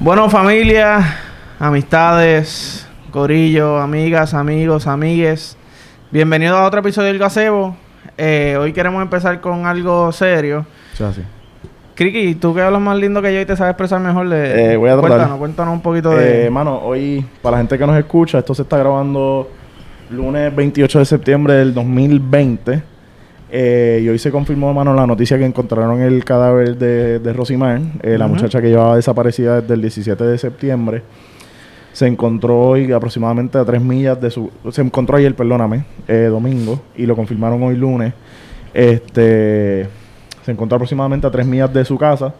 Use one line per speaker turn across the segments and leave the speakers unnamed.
Bueno, familia, amistades, corillo, amigas, amigos, amigues. Bienvenidos a otro episodio del Gazebo. Eh, hoy queremos empezar con algo serio.
Eso es así.
Criqui, tú que hablas más lindo que yo y te sabes expresar mejor de...
Eh, voy a tratar.
Cuéntanos, cuéntanos un poquito
Eh,
de...
Hermano, hoy, para la gente que nos escucha, esto se está grabando lunes 28 de septiembre del 2020. Eh, y hoy se confirmó, hermano, la noticia que encontraron el cadáver de, de Rosimar, eh, la
Ujú.
muchacha que llevaba desaparecida desde el 17 de septiembre. Se encontró hoy aproximadamente a tres millas de su... Se encontró ayer, perdóname, eh, domingo, y lo confirmaron hoy lunes. Este... Se encontró aproximadamente a tres millas de su casa.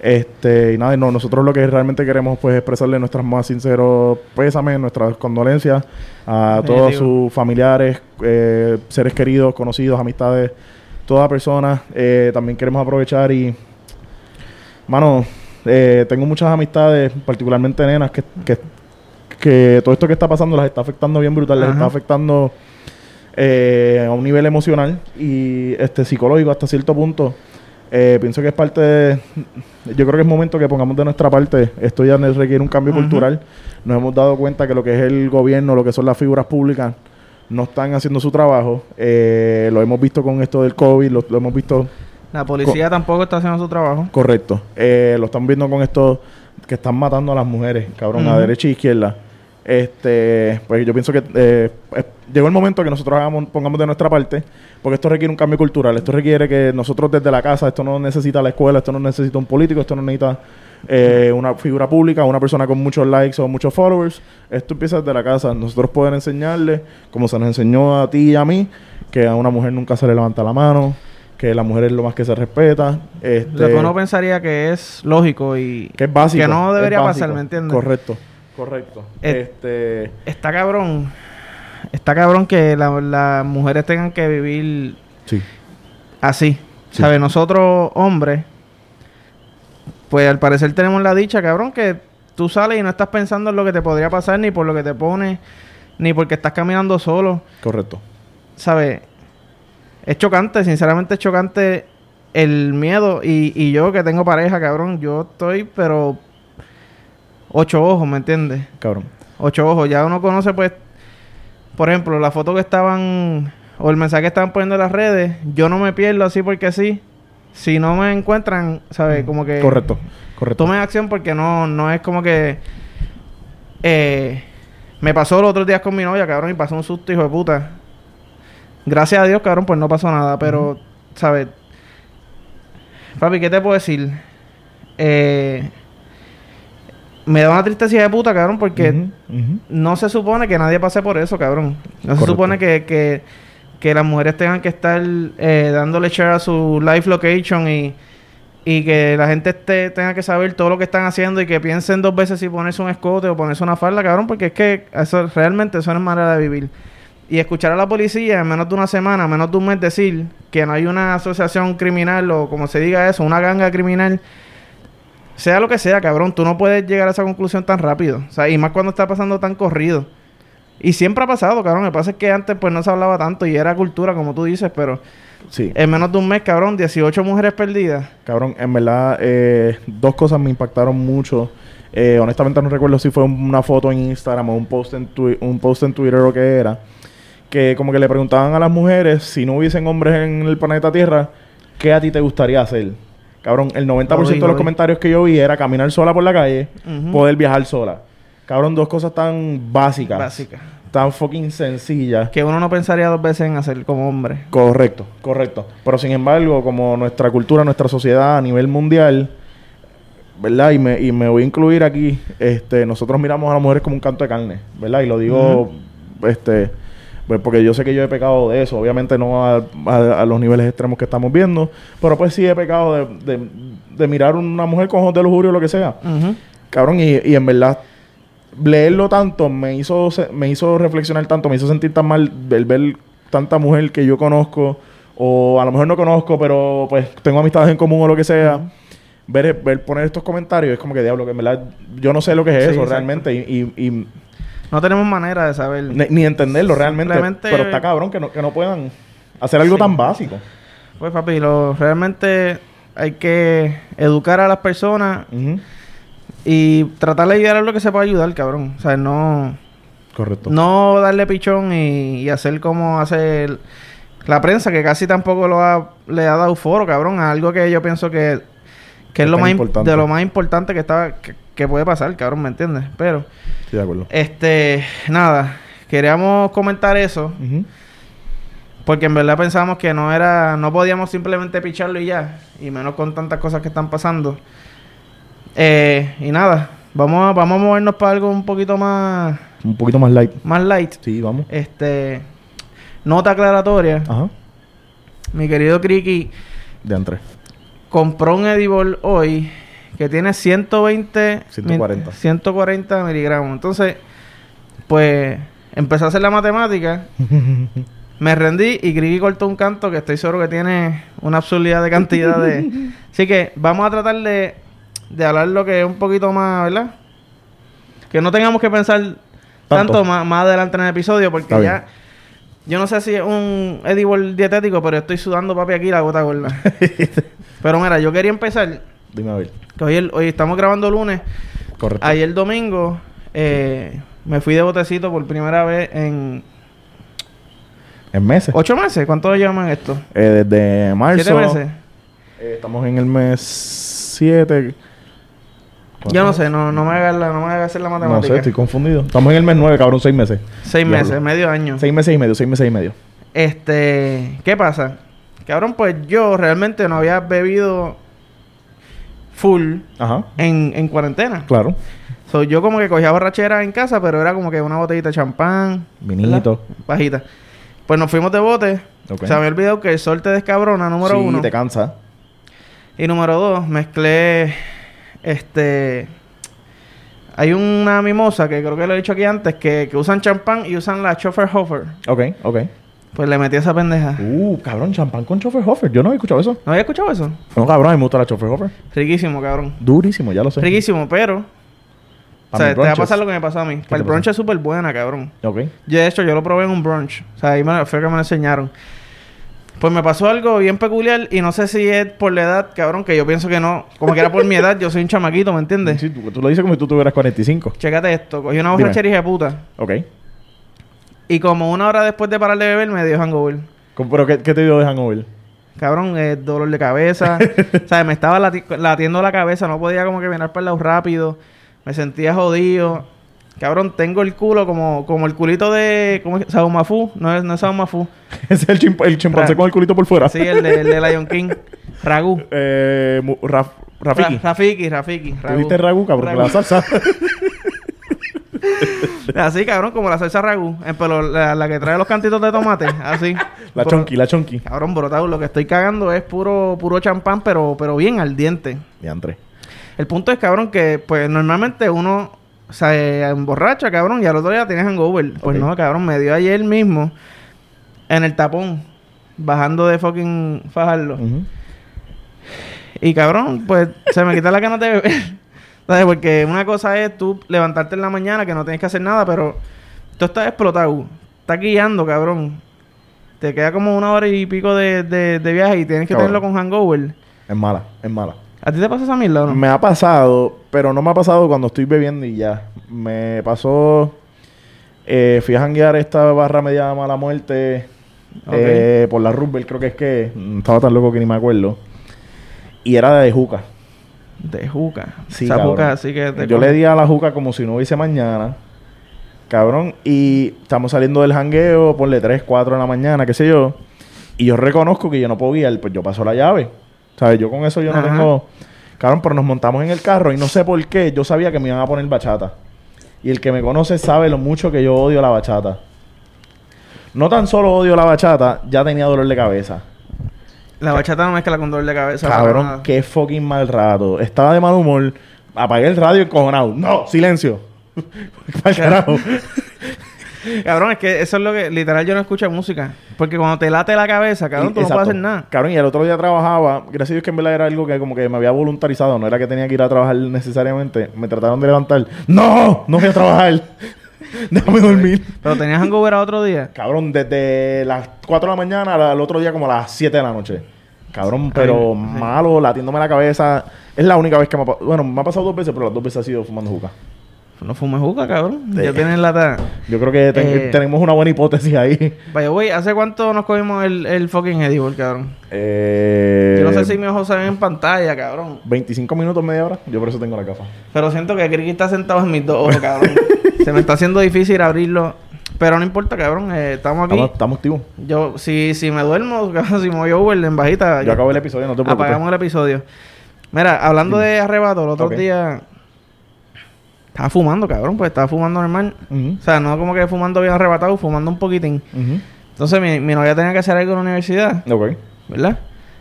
Este, y nada, y no, nosotros lo que realmente queremos pues es expresarle nuestras más sinceros pésames, nuestras condolencias a todos
Definitivo.
sus familiares, eh, seres queridos, conocidos, amistades, toda persona. Eh, también queremos aprovechar y, mano, eh, tengo muchas amistades, particularmente nenas, que, que, que todo esto que está pasando las está afectando bien brutal, les
Ajá.
está afectando eh, a un nivel emocional y este psicológico hasta cierto punto. Eh, pienso que es parte de- yo creo que es momento que pongamos de nuestra parte. Esto ya ne- requiere un cambio
Ujú.
cultural. Nos hemos dado cuenta que lo que es el gobierno, lo que son las figuras públicas, no están haciendo su trabajo. Eh, lo hemos visto con esto del COVID, lo, lo hemos visto
La policía tampoco está haciendo su trabajo.
correcto. Eh, lo están viendo con esto que están matando a las mujeres, cabrón, a
Ujú.
derecha e izquierda. Este, pues yo pienso que eh, eh, llegó el momento que nosotros hagamos, pongamos de nuestra parte, porque esto requiere un cambio cultural, esto requiere que nosotros desde la casa, esto no necesita la escuela, esto no necesita un político, esto no necesita eh, una figura pública, una persona con muchos likes o muchos followers, esto empieza desde la casa, nosotros poder enseñarle, como se nos enseñó a ti y a mí, que a una mujer nunca se le levanta la mano, que la mujer es lo más que se respeta, este,
Lo que uno pensaría que es lógico y...
que es básico.
que no
es
debería
básico.
pasar, ¿me entiendes?
Correcto, correcto.
Eh,
este,
Está cabrón. Está cabrón que la- las mujeres tengan que vivir
sí.
así.
Sí.
¿Sabes? Nosotros, hombres, pues al parecer tenemos la dicha, cabrón, que tú sales y no estás pensando en lo que te podría pasar, ni por lo que te pones, ni porque estás caminando solo.
Correcto.
¿Sabes? Es chocante, sinceramente es chocante el miedo. Y, y yo que tengo pareja, cabrón, yo estoy, pero. Ocho ojos, ¿me entiendes?
Cabrón.
Ocho ojos. Ya uno conoce, pues, por ejemplo, la foto que estaban o el mensaje que estaban poniendo en las redes. Yo no me pierdo así porque sí. Si no me encuentran, ¿sabes? eh, Como que
correcto. Correcto.
tomen acción porque no, no es como que. eh, me pasó los otros días con mi novia, cabrón, y pasó un susto, hijo de puta. Gracias a Dios, cabrón, pues no pasó nada, pero, ¿sabes? Papi, ¿qué te puedo decir? Eh, me da una tristeza de puta, cabrón, porque
Ujú, ujú.
no se supone que nadie pase por eso, cabrón. No se
Correcto.
supone que, que, que las mujeres tengan que estar eh, dándole share a su live location y, y que la gente esté, tenga que saber todo lo que están haciendo y que piensen dos veces si ponerse un escote o ponerse una falda, cabrón, porque es que eso, realmente eso no es manera de vivir. Y escuchar a la policía en menos de una semana, en menos de un mes decir que no hay una asociación criminal o como se diga eso, una ganga criminal sea lo que sea, cabrón, tú no puedes llegar a esa conclusión tan rápido. O sea, y más cuando está pasando tan corrido. Y siempre ha pasado, cabrón. Lo que pasa es que antes pues no se hablaba tanto y era cultura, como tú dices, pero
Sí.
en menos de un mes, cabrón, 18 mujeres perdidas.
Cabrón, en verdad, eh, dos cosas me impactaron mucho. Eh, honestamente no recuerdo si fue un- una foto en Instagram o un post en, Twi- un post en Twitter o qué era. Que como que le preguntaban a las mujeres, si no hubiesen hombres en el planeta Tierra, ¿qué a ti te gustaría hacer? Cabrón, el 90%
Lo vi,
de
lo
los
vi.
comentarios que yo vi era caminar sola por la calle,
Ujú.
poder viajar sola. Cabrón, dos cosas tan básicas,
Básicas.
tan fucking sencillas.
Que uno no pensaría dos veces en hacer como hombre.
Correcto, correcto. Pero sin embargo, como nuestra cultura, nuestra sociedad a nivel mundial, ¿verdad? Y me, y me voy a incluir aquí, este, nosotros miramos a las mujeres como un canto de carne, ¿verdad? Y lo digo, este, pues porque yo sé que yo he pecado de eso, obviamente no a, a- a los niveles extremos que estamos viendo, pero pues sí he pecado de, de- de mirar una mujer con ojos de lujurio o lo que sea.
Ujú.
Cabrón, y, y en verdad, leerlo tanto me hizo, se- me hizo reflexionar tanto, me hizo sentir tan mal el ver tanta mujer que yo conozco, o a lo mejor no conozco, pero pues tengo amistades en común o lo que sea. Ver, ver poner estos comentarios es como que diablo, que en verdad yo no sé lo que es
Sí,
eso
exacto.
realmente y, y- y
No tenemos manera de saber.
ni, ni entenderlo realmente.
Simplemente-
Pero está cabrón que no, que no puedan hacer algo
Sí.
tan básico.
Pues papi, lo, realmente hay que educar a las personas
Ujú.
Y tratar de ayudar a lo que se pueda ayudar, cabrón. O sea, no...
Correcto.
No darle pichón y, y hacer como hace el- la prensa, que casi tampoco lo ha- le ha dado foro, cabrón, a algo que yo pienso que, que es
Es
lo
tan
más im-
importante.
de lo más importante que está que, que puede pasar, cabrón, ¿me entiendes? Pero,
Estoy de acuerdo.
este, nada, queríamos comentar eso,
Ujú.
porque en verdad pensábamos que no era, no podíamos simplemente picharlo y ya, y menos con tantas cosas que están pasando. Eh, y nada, vamos a, vamos a movernos para algo un poquito más,
Un poquito más light.
más light.
Sí, vamos.
Este. Nota aclaratoria.
Ajá.
Mi querido Criqui
De entre.
compró un Edible hoy que tiene 120.
140.
mil- 140 miligramos. Entonces, pues empecé a hacer la matemática. Me rendí y Criqui cortó un canto que estoy seguro que tiene una absurdidad de cantidad de. Así que vamos a tratar de, de hablar lo que es un poquito más, ¿verdad? Que no tengamos que pensar tanto,
Tanto.
más, más adelante en el episodio porque
Está bien.
ya. Yo no sé si es un edible dietético, pero estoy sudando papi aquí la gota gorda. pero mira, yo quería empezar,
Dime a ver.
que hoy, el- hoy estamos grabando lunes.
Correcto.
Ayer domingo eh, me fui de botecito por primera vez en
En meses.
ocho meses. ¿Cuánto llaman esto?
Eh, desde marzo.
¿Siete meses?
eh, estamos en el mes 7.
Yo no sé, no, no me hagas la, no me hagas hacer la
No
matemática.
sé, estoy confundido. Estamos en el mes 9, cabrón, 6 meses.
Seis
Diablo.
meses, medio año.
6 meses y medio, 6 meses y medio.
Este, ¿qué pasa? Cabrón, pues yo realmente no había bebido full
Ajá.
en, en cuarentena.
Claro.
So, yo como que cogía borrachera en casa, pero era como que una botellita de champán.
Vinito.
¿verdad? Bajita. Pues nos fuimos de bote.
Ok.
Se me había olvidado que el sol te descabrona, número
sí,
uno.
te cansa.
Y número dos, mezclé este... Hay una mimosa que creo que lo he dicho aquí antes, que, que usan champán y usan la Hofer.
Ok, ok.
Pues le metí esa pendeja.
Uh, cabrón, champán con Hofer. Yo no había escuchado eso.
¿No había escuchado eso?
No, cabrón, a mí me gusta la Hofer.
Riquísimo, cabrón.
Durísimo, ya lo sé.
Riquísimo, pero... O
Para
sea,
mis
te va a
brunches.
pasar lo que me pasó a mí. Para el
pasó?
brunch es súper buena, cabrón.
Ok.
Yo, de hecho, yo lo probé en un brunch. O sea, ahí me, fue que me lo enseñaron. Pues me pasó algo bien peculiar y no sé si es por la edad, cabrón, que yo pienso que no. Como que era por mi edad, yo soy un chamaquito, ¿me entiendes?
Sí, tú, tú lo dices como si tú tuvieras 45.
Chécate esto. Cogí una
Dime.
borrachera y de puta.
Ok.
Y como una hora después de parar de beber, me dio hangover.
¿Cómo- ¿Pero qué, qué te dio de hangover?
Cabrón, eh, dolor de cabeza. o sea, me estaba lati- latiendo la cabeza. No podía como que mirar para el lado rápido. Me sentía jodido. Cabrón, tengo el culo como, como el culito de... ¿Cómo es? Saumafu. No es, no es Saumafu.
Ese es el, chimp- el chimpancé
Ra-
con el culito por fuera.
Sí, el de, el de Lion King. Ragú.
Eh, mu- Raf- Rafiki.
Ra- Rafiki, Rafiki.
¿Tú
Ragú.
viste Ragu, cabrón?
Ragú.
La salsa.
Así, cabrón, como la salsa Ragú. Eh, Pero la, la que trae los cantitos de tomate. Así.
la
Bro-
chonqui, la chonqui.
Cabrón, brotado. Lo que estoy cagando es puro, puro champán, pero, pero bien al diente.
Diantre.
El punto es, cabrón, que pues normalmente uno se emborracha, cabrón, y al otro día tienes hangover. Pues
Ok.
no, cabrón, me dio ayer mismo en el tapón, bajando de fucking fajarlo.
Ujú.
Y cabrón, pues se me quita la ganas de beber. ¿Sabes? Porque una cosa es tú levantarte en la mañana que no tienes que hacer nada, pero tú estás explotado. Estás guiando, cabrón. Te queda como una hora y pico de, de- de viaje y tienes que
Cabrón.
tenerlo con hangover.
Es mala, es mala.
¿A ti te pasa esa mierda o no?
Me ha pasado, pero no me ha pasado cuando estoy bebiendo y ya. Me pasó. eh, fui a janguear esta barra media mala muerte eh, por la Rubel, creo que es que. mm, Estaba tan loco que ni me acuerdo. Y era de juca.
De juca.
Sí,
Esa
cabrón.
juca, así que te
Yo
come.
le di a la juca como si no hubiese mañana. Cabrón, y estamos saliendo del jangueo, ponle 3, 4 de la mañana, qué sé yo. Y yo reconozco que yo no puedo guiar, pues yo paso la llave. ¿Sabes? Yo con eso yo no
Ajá.
tengo. Cabrón, pero nos montamos en el carro y no sé por qué, yo sabía que me iban a poner bachata. Y el que me conoce sabe lo mucho que yo odio la bachata. No tan solo odio la bachata, ya tenía dolor de cabeza.
La bachata no mezcla con dolor de cabeza. para
Cabrón,
nada.
qué fucking mal rato. Estaba de mal humor. Apagué el radio encojonado. ¡No! ¡Silencio! Pa'l carajo.
Cabrón, es que eso es lo que... Literal, yo no escucho música. Porque cuando te late la cabeza, cabrón, tú no
Exacto.
puedes hacer nada.
Cabrón, y el otro día trabajaba. Gracias a Dios que en verdad era algo que como que me había voluntarizado. No era que tenía que ir a trabajar necesariamente. Me trataron de levantar. ¡No! ¡No voy a trabajar! Déjame dormir.
Pero tenías hangover a otro día.
Cabrón, desde las 4 de la mañana al al otro día como a las 7 de la noche. cabrón, pero
Ay, sí.
malo, latiéndome la cabeza. Es la única vez que me ha pasado. Bueno, me ha pasado dos veces, pero las dos veces ha sido fumando juca.
No fume juca, cabrón.
Sí.
Ya tienen lata.
Yo creo que ten-
Eh.
tenemos una buena hipótesis ahí.
Vaya, güey, ¿hace cuánto nos cogimos el, el fucking edible, cabrón?
Eh,
Yo no sé si mi ojo se ve en pantalla, cabrón.
25 minutos, media hora. Yo por eso tengo la gafa.
Pero siento que Criqui está sentado en mis dos ojos, cabrón. se me está haciendo difícil abrirlo. Pero no importa, cabrón. eh, estamos aquí.
Estamos, estamos activos.
Yo, si, si me duermo, cabrón, si me voy a Uber en bajita,
Yo acabo el episodio, no te preocupes.
Ah, apagamos el episodio. Mira, hablando de arrebato, el otro
Ok.
día... Estaba fumando, cabrón, pues estaba fumando normal.
Ujú,
O sea, no como que fumando bien arrebatado, fumando un poquitín.
ujú.
Entonces mi, mi novia tenía que hacer algo en la universidad,
Ok.
¿verdad?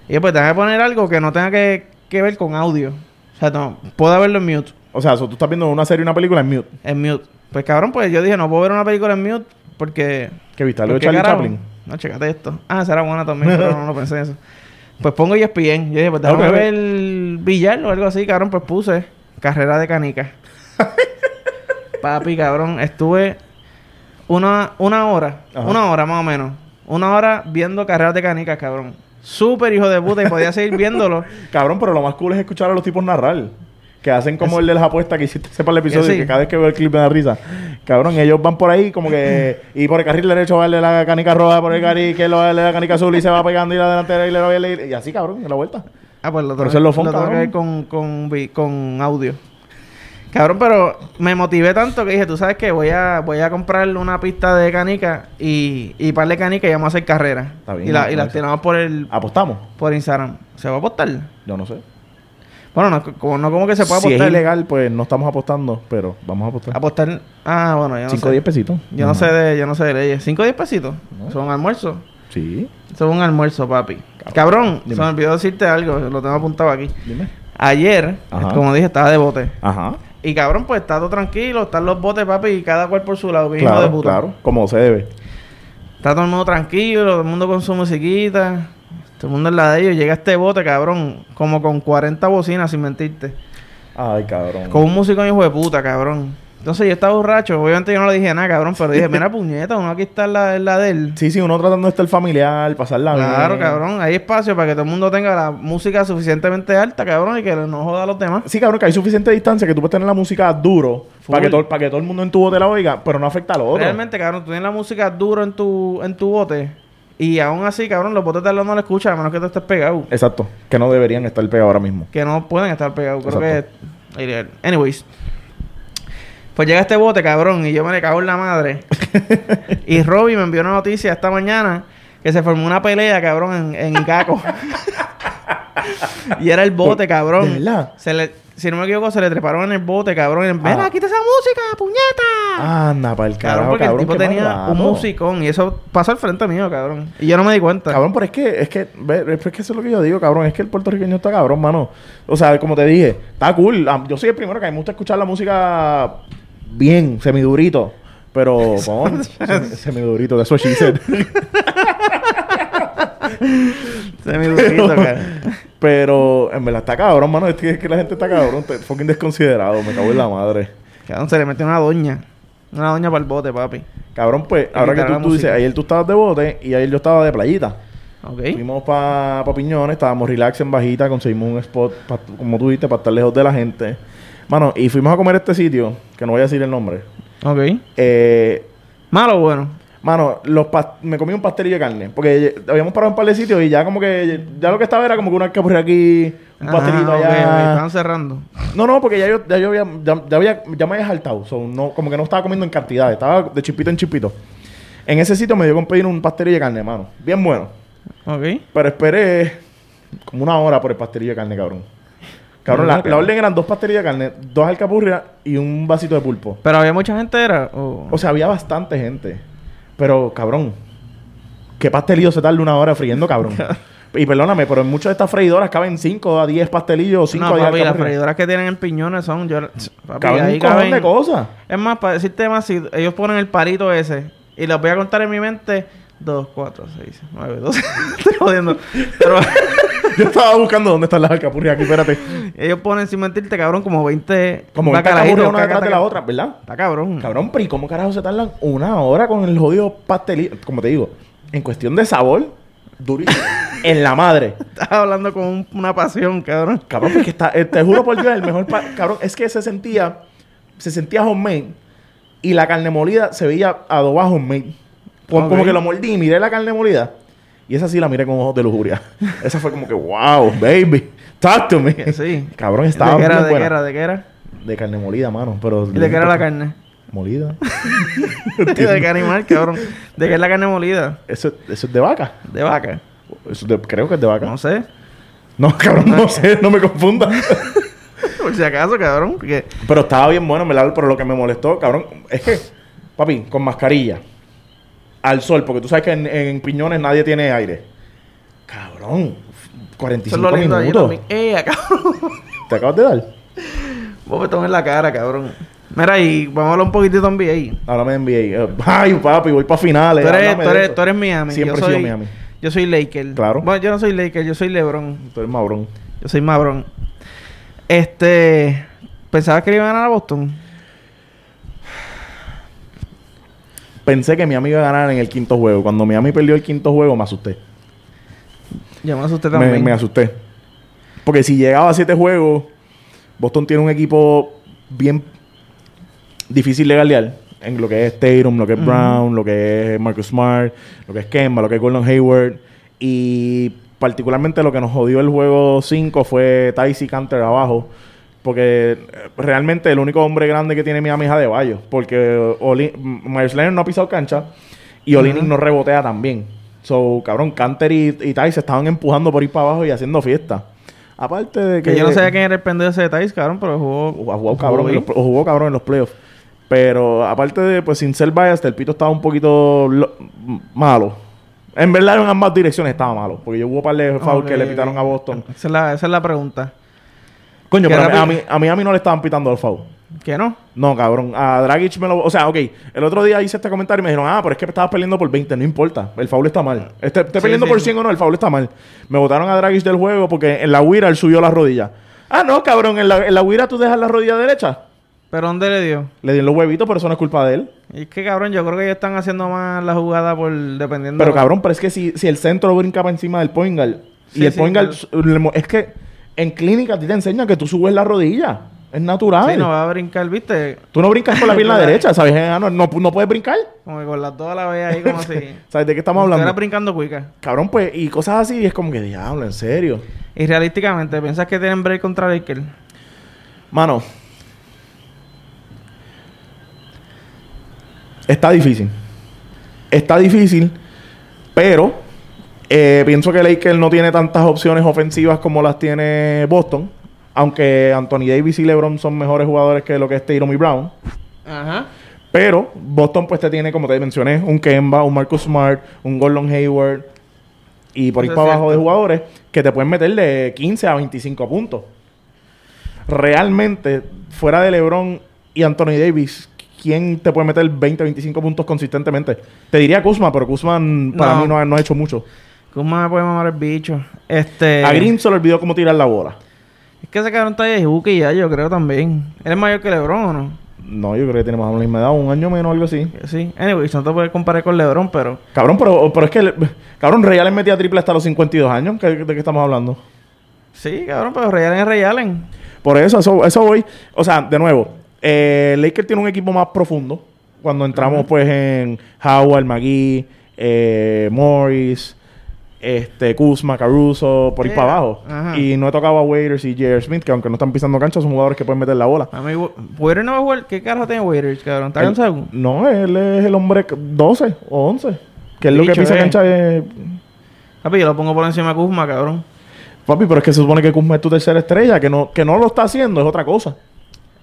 Y yo, pues tenía que poner algo que no tenga que, que ver con audio. O sea, no, puedo verlo en mute.
O sea, so- tú estás viendo una serie y una película en mute.
En mute. Pues cabrón, pues yo dije, no puedo ver una película en mute porque...
¿Qué viste? ¿Algo de
porque,
Charlie
carajo.
Chaplin?
No, checate esto. Ah, será buena también, pero no, no pensé en eso. Pues pongo ESPN. Yo dije, pues tengo
Ok.
que ver el billar o algo así, cabrón. Pues puse carrera de canicas. Papi, cabrón, estuve una, una hora,
Ajá.
una hora más o menos. Una hora viendo carreras de canicas, cabrón. Súper hijo de puta y podía seguir viéndolo.
Cabrón, pero lo más cool es escuchar a los tipos narrar. Que hacen como el de las apuestas que hiciste sepa el episodio,
Sí.
que cada vez que veo el clip me da risa. Cabrón, ellos van por ahí como que... Y por el carril derecho va a darle la canica roja, por el carril que lo va a darle la canica azul y se va pegando y la delantera y le va a darle... Y así, cabrón, en la vuelta.
Ah, pues lo tengo,
Pero eso es lo fun,
lo tengo que
cabrón.
ver con, con, vi- con audio. Cabrón, pero me motivé tanto que dije, tú sabes que voy a, voy a comprar una pista de canica y, y par de canica y vamos a hacer carrera.
Está bien,
y la,
me
y las
parece.
tiramos por el
¿Apostamos?
por Instagram. ¿Se va a apostar?
Yo no sé.
Bueno, no como, no como que se puede
si es
apostar.
ilegal, pues no estamos apostando, pero vamos a apostar.
apostar. Ah, bueno, yo no
5 o
sé.
10 pesitos.
Yo no, sé de, yo no sé de leyes. ¿Cinco o diez pesitos?
No.
Son almuerzo.
Sí,
Son un almuerzo, papi. Cabrón,
Dime.
se me olvidó decirte algo, lo tengo apuntado aquí.
dime.
Ayer,
Ajá.
como dije, estaba de bote.
Ajá.
Y cabrón, pues está todo tranquilo, están los botes, papi, y cada cual por su lado, que hijo de
Claro,
puta.
claro. Como se debe.
Está todo el mundo tranquilo, todo el mundo con su musiquita, todo el mundo en la de ellos. Llega este bote, cabrón, como con 40 bocinas, sin mentirte.
Ay, cabrón.
Con un músico hijo de puta, cabrón. Entonces yo estaba borracho, obviamente yo no le dije nada, cabrón, pero dije, mira puñeta, uno aquí está en la, en la de él.
Sí, sí, uno tratando de estar familiar, pasarla bien.
Claro, cabrón, hay espacio para que todo el mundo tenga la música suficientemente alta, cabrón, y que no joda a los demás.
Sí, cabrón, que hay suficiente distancia que tú puedes tener la música duro
Full.
para que, todo, para que todo el mundo en tu bote la oiga, pero no afecta al otro.
Realmente, cabrón, tú tienes la música duro en tu, en tu bote. Y aún así, cabrón, los botes de al lado no la escuchan a menos que tú estés pegado.
Exacto. Que no deberían estar pegados ahora mismo.
Que no pueden estar pegados. Creo que es ilegal. Anyways. Pues llega este bote, cabrón, y yo me le cago en la madre. y Robbie me envió una noticia esta mañana que se formó una pelea, cabrón, en, en Icaco. y era el bote,
Por- ¿de
cabrón.
verdad?
Se le, si no me equivoco, se le treparon en el bote, cabrón. Y, Mira,
Ah.
quita esa música, puñeta.
Anda, para
Cabrón,
el carajo,
Ah. porque
cabrón.
el tipo
qué
tenía
malvado.
un musicón y eso pasó al frente mío, cabrón. Y yo no me di cuenta.
Cabrón, pero es que, es que, ve, es que eso es lo que yo digo, cabrón. Es que el puertorriqueño está cabrón, mano. O sea, como te dije, está cool. Ah, Yo soy el primero que a mí me gusta escuchar la música bien, semidurito. Pero, pon, semi- semidurito, de eso she said.
Se me durito, cabrón.
Pero, en verdad, está cabrón, mano. Es que, es que la gente está cabrón. Está fucking desconsiderado. Me cago en la madre.
Cabrón, se le metió una doña. Una doña para el bote, papi.
Cabrón, pues, ahora que
quitar
tú,
la
tú dices,
música.
ayer tú estabas de bote y ayer yo estaba de playita.
¿Ok?
Fuimos para pa Piñones, estábamos relax en bajita, conseguimos un spot, pa- como tú dijiste, para estar lejos de la gente. Mano, y fuimos a comer a este sitio, que no voy a decir el nombre.
Ok.
Eh,
¿Malo o bueno?
mano, los pas- me comí un pastelillo de carne, porque habíamos parado en un par de sitios y ya como que, ya lo que estaba era como que una capurra aquí, un pastelito
Ah, ok, ok,
allá.
Estaban cerrando.
No, no, porque ya yo, ya yo había, ya, ya había, ya me había jaltado. So, no, como que no estaba comiendo en cantidad, estaba de chipito en chipito. En ese sitio me dio con pedir un pastelillo de carne, mano. Bien bueno.
Ok.
Pero esperé como una hora por el pastelillo de carne, cabrón. Cabrón, la, la orden eran dos pastelillos de carne, dos alcapurrias y un vasito de pulpo.
Pero había mucha gente, ¿era? O-
O sea, había bastante gente. Pero, cabrón, ¿qué pastelillo se tarda una hora friendo, cabrón? y perdóname, pero en muchas de estas freidoras caben 5 a 10 pastelillos, 5
no,
a 10
papi, las
alcapurrias.
freidoras que tienen en piñones son... Yo, papi,
Caben
ahí
un cojón
caben-
de cosas.
Es más, para decirte más, si ellos ponen el parito ese y los voy a contar en mi mente... 2, 4, 6, 9, 12. Estoy jodiendo. Pero
Yo estaba buscando dónde están las alcapurrias aquí, espérate.
ellos ponen, sin mentirte, cabrón, como 20...
Como esta
bacalaíto,
alcapurria una detrás
caca,
de la
caca.
otra, ¿verdad?
Está cabrón.
Cabrón, pero ¿y cómo carajo se tardan una hora con el jodido pastelillo? Como te digo, en cuestión de sabor, durísimo. en la madre.
Estás hablando con un- una pasión, cabrón.
Cabrón, porque está, eh, te juro por Dios, el mejor pa- cabrón, es que se sentía, se sentía homemade y la carne molida se veía adobada homemade. Como,
Ok.
como que lo mordí y miré la carne molida. Y esa sí la miré con ojos de lujuria. Esa fue como que, wow, baby, talk to me.
Que sí.
Cabrón, estaba
¿De qué
bien
era, de qué
buena.
era, de qué era?
De carne molida, mano, pero...
¿Y de qué era la carne?
Molida.
¿De qué animal, cabrón? ¿De qué es la carne molida?
Eso, eso es de vaca.
De vaca.
Eso es de- creo que es de vaca.
No sé.
No, cabrón, no sé, no me confunda.
Por si acaso, cabrón. Porque...
Pero estaba bien bueno, en ¿verdad? Pero lo que me molestó, cabrón, es que, papi, con mascarilla, al sol, porque tú sabes que en, en Piñones nadie tiene aire. Cabrón,
Eso
45
es lo lindo de allí
minutos.
también. ¡Eh, cabrón!
¿Te acabas de dar?
Vos me tomas en la cara, cabrón. Mira, y vamos a hablar un poquitito de NBA.
Ahora me envié. Ay, papi, voy para finales.
Tú eres,
háblame
tú,
de
eres,
eso.
tú eres Miami.
Siempre he
yo
sido
soy,
Miami.
Yo soy Laker.
Claro.
Bueno, yo no soy Laker, yo soy LeBron.
Tú eres mabrón.
Yo soy Mabrón. Este. Pensaba que le iban a ganar a Boston.
Pensé que Miami iba a ganar en el quinto juego. Cuando Miami perdió el quinto juego, me asusté.
Yo me asusté también.
Me, me asusté. Porque si llegaba a siete juegos, Boston tiene un equipo bien difícil de galear. En lo que es Tatum, lo que es Brown, lo que es Marcus Smart, lo que es Kemba, lo que es Gordon Hayward. Y particularmente lo que nos jodió el juego 5 fue Tyson Canter abajo. Porque eh, realmente el único hombre grande que tiene Miami es Adebayo. Porque Oli- M- Myers Leonard no ha pisado cancha y Olinik
Ujú.
no rebotea también. So, cabrón, Canter y, y Ty se estaban empujando por ir para abajo y haciendo fiesta. Aparte de que...
Que yo no sabía quién era el pendejo ese de Thais, cabrón, pero jugó.
O ha jugado cabrón, en
bien.
los, o jugó cabrón en los playoffs. Pero aparte de, pues sin ser biased, el pito estaba un poquito lo- m- malo. En verdad, en ambas direcciones estaba malo. Porque yo hubo un par de fouls
Ok,
que le
ok.
pitaron a Boston.
Esa es la, esa es la pregunta.
Coño,
Qué
pero a mí-
rápido.
a mí, a mí a mí no le estaban pitando el foul.
¿Qué no?
No, cabrón. A Dragic me lo... O sea, ok. El otro día hice este comentario y me dijeron, ah, pero es que estabas perdiendo por 20. No importa. El foul está mal. Esté, esté
Sí,
perdiendo
sí.
por 100 o no, el foul está mal. Me botaron a Dragic del juego porque en la huira él subió la rodilla. Ah, no, cabrón. En la, en la huira tú dejas la rodilla derecha.
¿Pero dónde le dio?
Le dieron los huevitos, pero eso no es culpa de él.
Y es que, cabrón, yo creo que ellos están haciendo más la jugada por. dependiendo.
Pero cabrón, pero es que si, si el centro brincaba encima del point guard, y
Sí,
el
sí,
point guard le mo- es que en clínica a ti te enseñan que tú subes la rodilla. Es natural.
Sí, no va a brincar, viste.
Tú no brincas con la pierna derecha, ¿sabes? Ah, No, no, no puedes brincar.
Como que con las dos a la vez ahí, como así.
¿Sabes de qué estamos
Era
hablando?
brincando cuica.
Cabrón, pues, y cosas así, y es como que diablo, en serio.
Y realísticamente, ¿piensas que tienen break contra Laker?
Mano. Está difícil. Está difícil, pero eh, pienso que Lakers no tiene tantas opciones ofensivas como las tiene Boston. Aunque Anthony Davis y LeBron son mejores jugadores que lo que es Tatum y Brown.
Ajá.
Pero Boston pues te tiene, como te mencioné, un Kemba, un Marcus Smart, un Gordon Hayward y por ahí
Eso es
para abajo de
cierto.
jugadores que te pueden meter de 15 a 25 puntos. Realmente, fuera de LeBron y Anthony Davis, ¿quién te puede meter 20 a 25 puntos consistentemente? Te diría Kuzma, pero Kuzma mm, para
No.
mí no ha, no ha hecho mucho.
¿Cómo me puede mamar el bicho? Este.
A Green se le olvidó cómo tirar la bola.
Es que se quedaron talla de Juki ya, yo creo también. ¿Él es mayor que LeBron o no?
No, yo creo que tiene más o menos la misma edad, un año menos, algo así.
Sí. Anyways, no te puedes comparar con LeBron, pero.
Cabrón, pero, pero es que... le- Cabrón, Reales metía triple hasta los 52 años. ¿Qué- ¿De qué estamos hablando?
Sí, cabrón, pero Ray Allen es Ray Allen.
Por eso, eso, eso voy. O sea, de nuevo, eh, Lakers tiene un equipo más profundo. Cuando entramos, pues, en Howard, McGee, eh, Morris, este, Kuzma, Caruso, por ahí
Sí,
para abajo.
ajá.
Y no he tocado a Waiters y J.R. Smith, que aunque no están pisando cancha, son jugadores que pueden meter la bola.
A mí, Wa- Waiters no va a jugar. ¿Qué carajo tiene Waiters, cabrón? ¿Está
Él-
cansado?
no, él es el hombre 12 o 11. Que es lo que
Bicho,
pisa
eh.
cancha. eh.
Papi, yo lo pongo por encima de Kuzma, cabrón.
Papi, pero es que se supone que Kuzma es tu tercera estrella. Que no, que no lo está haciendo es otra cosa.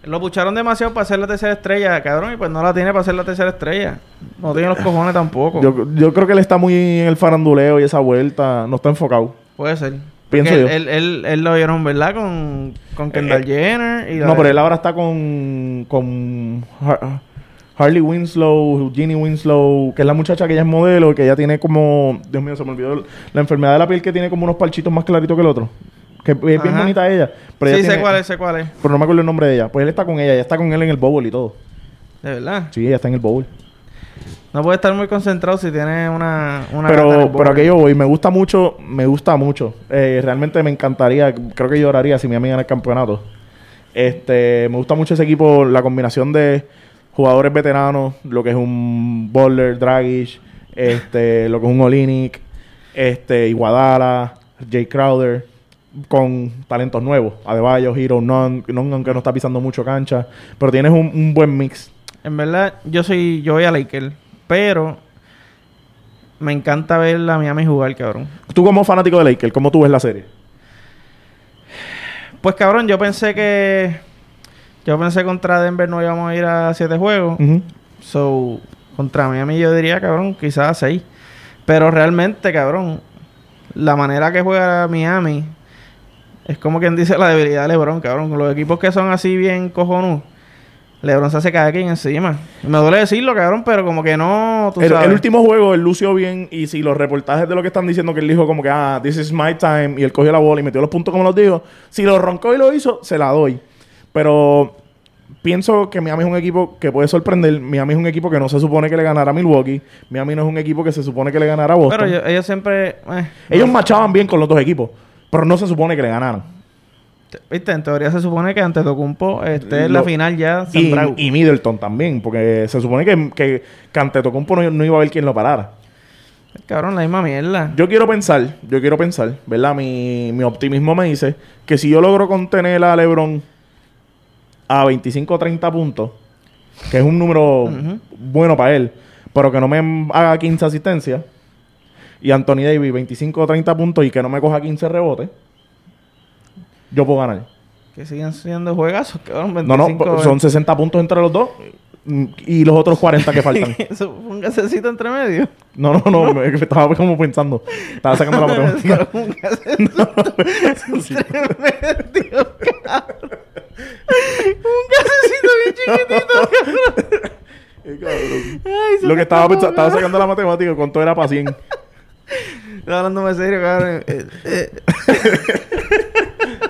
Lo pucharon demasiado para ser la tercera estrella, cabrón, y pues no la tiene para ser la tercera estrella. No tiene los cojones tampoco.
Yo, yo creo que él está muy en el faranduleo y esa vuelta. No está enfocado.
Puede ser.
Pienso
Porque
yo.
Él, él, él lo vieron, ¿verdad? Con, con Kendall
Eh,
Jenner. Y la
No,
de-
pero él ahora está con, con Har- Harley Winslow, Ginny Winslow, que es la muchacha que ella es modelo, que ella tiene como, Dios mío, se me olvidó, la enfermedad de la piel que tiene como unos parchitos más claritos que el otro. Que es bien
Ajá.
bonita ella. Pero
sí,
ella
sé
tiene-
cuál es, sé cuál es.
Pero no me acuerdo el nombre de ella. Pues él está con ella, ella está con él en el bowl y todo.
De verdad.
Sí, ella está en el bowl.
No puede estar muy concentrado si tiene una... una gata en el
pero, pero
bowl.
aquello voy, me gusta mucho, me gusta mucho. Eh, realmente me encantaría, creo que lloraría si mi amiga en el campeonato. Este, me gusta mucho ese equipo, la combinación de jugadores veteranos, lo que es un Bowler, Dragic, este, lo que es un Olinic, este, Iguadala, Jay Crowder, con talentos nuevos, Adebayo, Hero, Non, Non, aunque no está pisando mucho cancha, pero tienes un, un buen mix.
En verdad, yo soy... Yo voy a Laker. Pero... Me encanta ver a Miami jugar, cabrón.
Tú como fanático de Lakers, ¿cómo tú ves la serie?
Pues, cabrón, yo pensé que... Yo pensé contra Denver no íbamos a ir a siete juegos.
Ujú.
So, contra Miami yo diría, cabrón, quizás 6. Pero realmente, cabrón, la manera que juega Miami es como quien dice la debilidad de LeBron, cabrón. Con los equipos que son así bien cojonudos, LeBron se hace cada quien encima. Y Me duele decirlo, cabrón, pero como que no, tú
El,
sabes.
el último juego, él lució bien. Y si los reportajes de lo que están diciendo, que él dijo como que, ah, this is my time, y él cogió la bola y metió los puntos como los dijo, si lo roncó y lo hizo, se la doy. Pero pienso que Miami es un equipo que puede sorprender. Miami es un equipo que no se supone que le ganara a Milwaukee. Miami no es un equipo que se supone que le ganara a Boston.
Pero yo- ellos siempre... eh,
Ellos machaban bien con los dos equipos, pero no se supone que le ganaran.
Viste, en teoría se supone que ante Tocumpo esté en este, la
Lo-
final ya
Y,
sembrado.
y Middleton también, porque se supone que, que, que Antetokounmpo no, no iba a haber quien lo parara.
Cabrón, la misma mierda.
Yo quiero pensar, yo quiero pensar, ¿verdad? Mi, mi optimismo me dice que si yo logro contener a LeBron a 25 o 30 puntos, que es un número
Ujú.
bueno para él, pero que no me haga 15 asistencias, y Anthony Davis 25 o 30 puntos y que no me coja 15 rebotes, yo puedo ganar.
Que siguen siendo juegazos, cabrón.
No, no,
25,
son 60 puntos entre los dos mm, y los otros 40 que faltan.
Eso, un gasecito entre medio.
No, no, no, me- estaba como pensando, estaba sacando la pregunta.
Un gasecito entre medio, cabrón. Un gasecito bien chiquitito, cabrón. Ay, se
Lo
me
que estaba
escapó,
pensando, estaba
cabrón.
sacando la matemática, cuánto era para 100.
Estaba hablando en serio, cabrón. Eh, eh.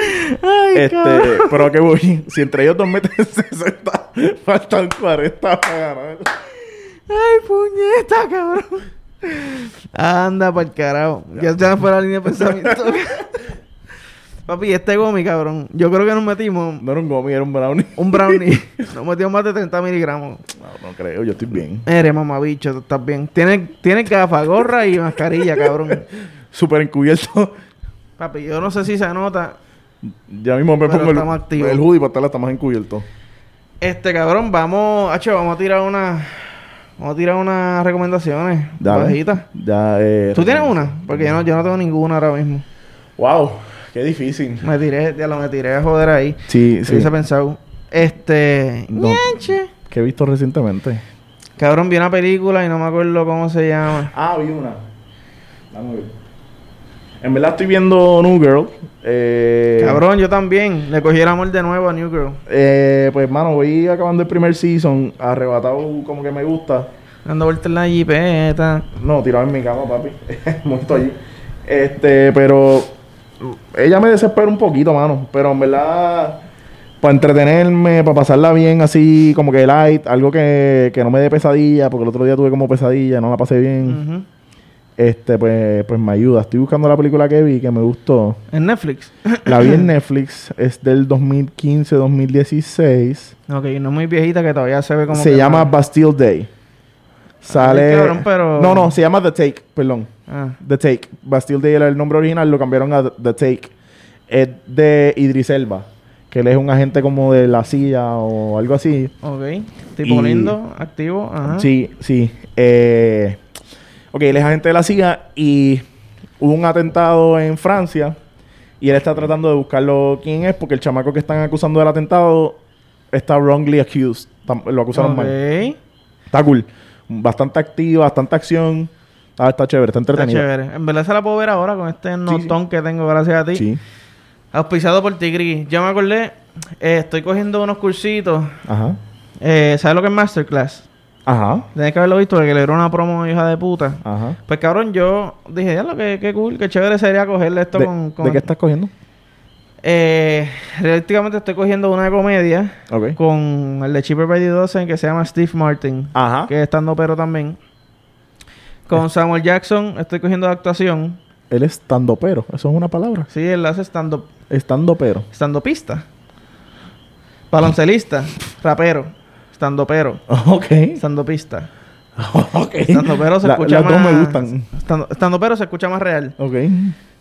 Ay,
Este,
cabrón.
pero que voy, si entre ellos dos meten 60, faltan 40 para ganar.
Ay, puñeta, cabrón. Anda pa'l carajo. Ya se me fue la línea de pensamiento. Papi, este gomi, cabrón. Yo creo que nos metimos
No era un gomi, era un brownie.
un brownie. Nos metimos más de 30 miligramos.
No, no creo, yo estoy bien.
Eres mamabicho, tú estás bien. Tienes, tienes gafa, gorra y mascarilla, cabrón.
Súper encubierto.
Papi, yo no sé si se nota.
Ya mismo me
Pero
pongo el,
estamos activos.
el hoodie para estar hasta más encubierto.
Este, cabrón, vamos... Hacho, vamos a tirar una... Vamos a tirar unas recomendaciones.
Dale.
bajitas.
Ya, eh,
¿Tú tienes una? Porque yo no, yo no tengo ninguna ahora mismo.
Wow, qué difícil.
Me tiré, ya lo me tiré a joder ahí.
Sí,
Se
sí.
hubiese pensado. Este.
No.
Ñanche.
Que he visto recientemente.
Cabrón, vi una película y no me acuerdo cómo se llama.
Ah, vi una. Vamos a ver. En verdad estoy viendo New Girl. Eh,
Cabrón, yo también. Le cogí el amor de nuevo a New Girl.
Eh, pues, mano, voy acabando el primer season. Arrebatado como que me gusta.
Dando vueltas en la jipeta.
No, tirado en mi cama, papi. Muerto allí. Este, pero... Ella me desespera un poquito, mano. Pero en verdad... Para entretenerme, para pasarla bien así, como que light. Algo que, que no me dé pesadilla. Porque el otro día tuve como pesadilla. No la pasé bien.
Ujú.
Este, pues, pues me ayuda. Estoy buscando la película que vi que me gustó.
En Netflix.
La vi en Netflix. Es del 2015-2016.
ok, no es muy viejita que todavía se ve como.
se
que
llama
mal.
Bastille Day. Sale.
cabrón, pero-
No, no, se llama The Take, perdón.
Ah.
The Take. Bastille Day era el nombre original, lo cambiaron a The Take. Es de Idris Elba, que él es un agente como de la CIA o algo así.
Ok. Tipo
Y-
lindo, activo. Ajá.
Sí, sí. Eh, ok, él es agente de la CIA y hubo un atentado en Francia y él está tratando de buscarlo quién es porque el chamaco que están acusando del atentado está wrongly accused. Tam- Lo acusaron
Ok.
mal. Está cool. Bastante activo, bastante acción. Ah, está chévere, está
Está
entretenido.
chévere. En verdad se la puedo ver ahora con este notón que tengo, gracias a ti.
Sí.
Auspiciado por Tigri. Yo me acordé, eh, estoy cogiendo unos cursitos.
Ajá.
Eh, ¿Sabes lo que es Masterclass?
Ajá.
Tienes que haberlo visto porque le dieron una promo hija de puta.
Ajá.
Pues cabrón, yo dije, ya lo que, que cool, que chévere sería cogerle esto
¿De,
con, con-
de qué estás cogiendo?
Eh, realmente estoy cogiendo una comedia
Ok.
con el de Cheaper by the Dozen que se llama Steve Martin,
Ajá.
que es estando pero también. Con Samuel Jackson estoy cogiendo de actuación.
Él es pero Eso es una palabra.
Sí, él hace estando
Estandopero.
pista. Baloncelista, rapero, estando pero,
Ok.
estando pista.
ok.
Estando pero se
La-
escucha
las
más
dos me gustan.
Estando pero se escucha más real.
Ok.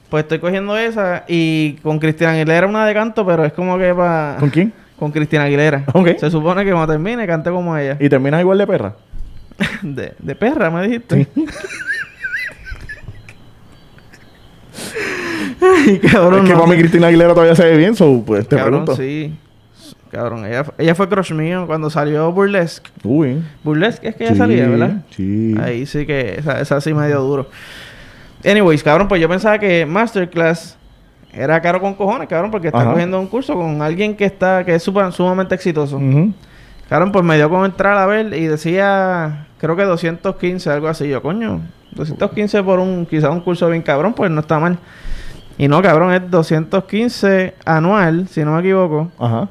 Pues estoy cogiendo esa y con Cristian Aguilera una de canto, pero es como que para
¿Con quién?
con Cristina Aguilera.
Ok.
Se supone que cuando termine cante como ella.
¿Y terminas igual de perra?
De, de perra, me dijiste. Ay, cabrón.
es que
no
para mí
sé.
Cristina Aguilera todavía se ve bien, so, pues te
cabrón,
pregunto.
sí. Cabrón, ella, ella fue crush mío cuando salió Burlesque.
Uy.
Burlesque es que ella salía, ¿verdad?
Sí.
Ahí sí que esa, esa sí me dio duro. Anyways, cabrón, pues yo pensaba que Masterclass era caro con cojones, cabrón, porque está
Ajá.
cogiendo un curso con alguien que está que es supa- sumamente exitoso.
Ujú.
Cabrón, pues me dio con entrar a ver y decía, creo que 215, algo así. Yo, coño, 215 por un, quizás un curso bien cabrón, pues no está mal. Y no, cabrón, es 215 anual, si no me equivoco,
Ajá.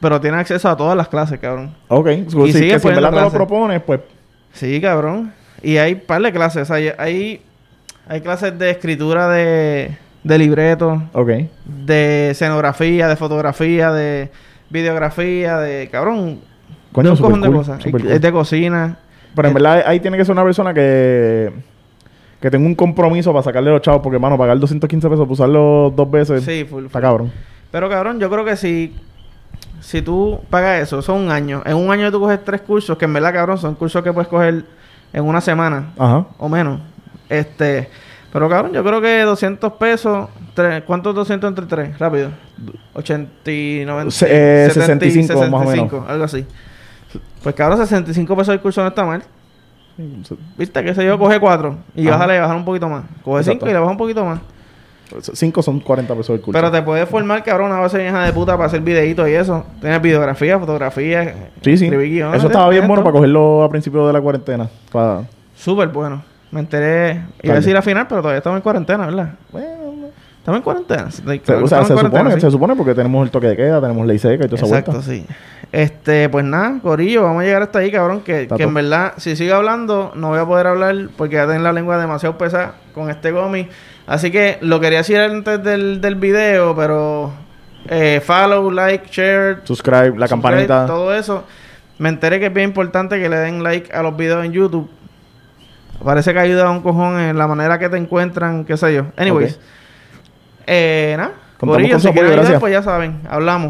pero tiene acceso a todas las clases, cabrón.
Ok. So,
Y sigue
sí, que si en
poniendo
verdad te lo
clase.
propones, pues.
Sí, cabrón. Y hay par de clases, hay, hay, hay clases de escritura de, de libretos,
Ok.
de escenografía, de fotografía, de videografía, de, cabrón,
Coño,
de un
super
cojón
cool,
de cosas.
super cool.
Es de cocina.
Pero en verdad ahí tiene que ser una persona que que tenga un compromiso para sacarle los chavos, porque, mano, pagar 215 pesos para usarlo dos veces
Sí, full,
está cabrón.
Pero cabrón, yo creo que si, si tú pagas eso, son un año. En un año tú coges tres cursos, que en verdad, cabrón, son cursos que puedes coger en una semana
Ajá.
o menos. Este, pero cabrón, yo creo que 200 pesos, tres, ¿cuánto es 200 entre 3? Rápido. 80 y 90.
Se- eh, 65 más o menos.
algo así. Pues cabrón, 65 pesos el curso no está mal. Viste que se yo coge 4 y
Ajá.
bájale, bajar un poquito más. Coge
Exacto.
5 y le baja un poquito más.
5 son 40 pesos el curso.
Pero te puedes formar, cabrón, a base hija de puta para hacer videitos y eso. Tienes videografía, fotografía.
Sí, sí.
escribir guiones,
Eso estaba bien
tienes
bueno
todo.
para cogerlo a principio de la cuarentena. Para...
Súper bueno. Me enteré. Iba
Tarde.
a decir al final, pero todavía estamos en cuarentena, ¿verdad?
Bueno,
Estamos en cuarentena. Sí,
se,
claro que
o sea,
estamos
se
en
supone,
cuarentena,
se
sí.
supone porque tenemos el toque de queda, tenemos ley seca y toda esa
Exacto,
vuelta.
sí. Este, pues nada, Corillo, vamos a llegar hasta ahí, cabrón. Que,
Está
que
todo.
en verdad, si sigo hablando, no voy a poder hablar porque ya tengo la lengua demasiado pesada con este gomi. Así que lo quería decir antes del, del video, pero eh, follow, like, share,
Subscribe, la
subscribe,
campanita.
Todo eso. Me enteré que es bien importante que le den like a los videos en YouTube. Parece que ayuda un cojón en la manera que te encuentran, qué sé yo. Anyways.
Ok.
Eh, nada.
Contamos
Corillo,
con su
si quieren
apoyo,
ayudar,
gracias.
pues ya saben. Hablamos.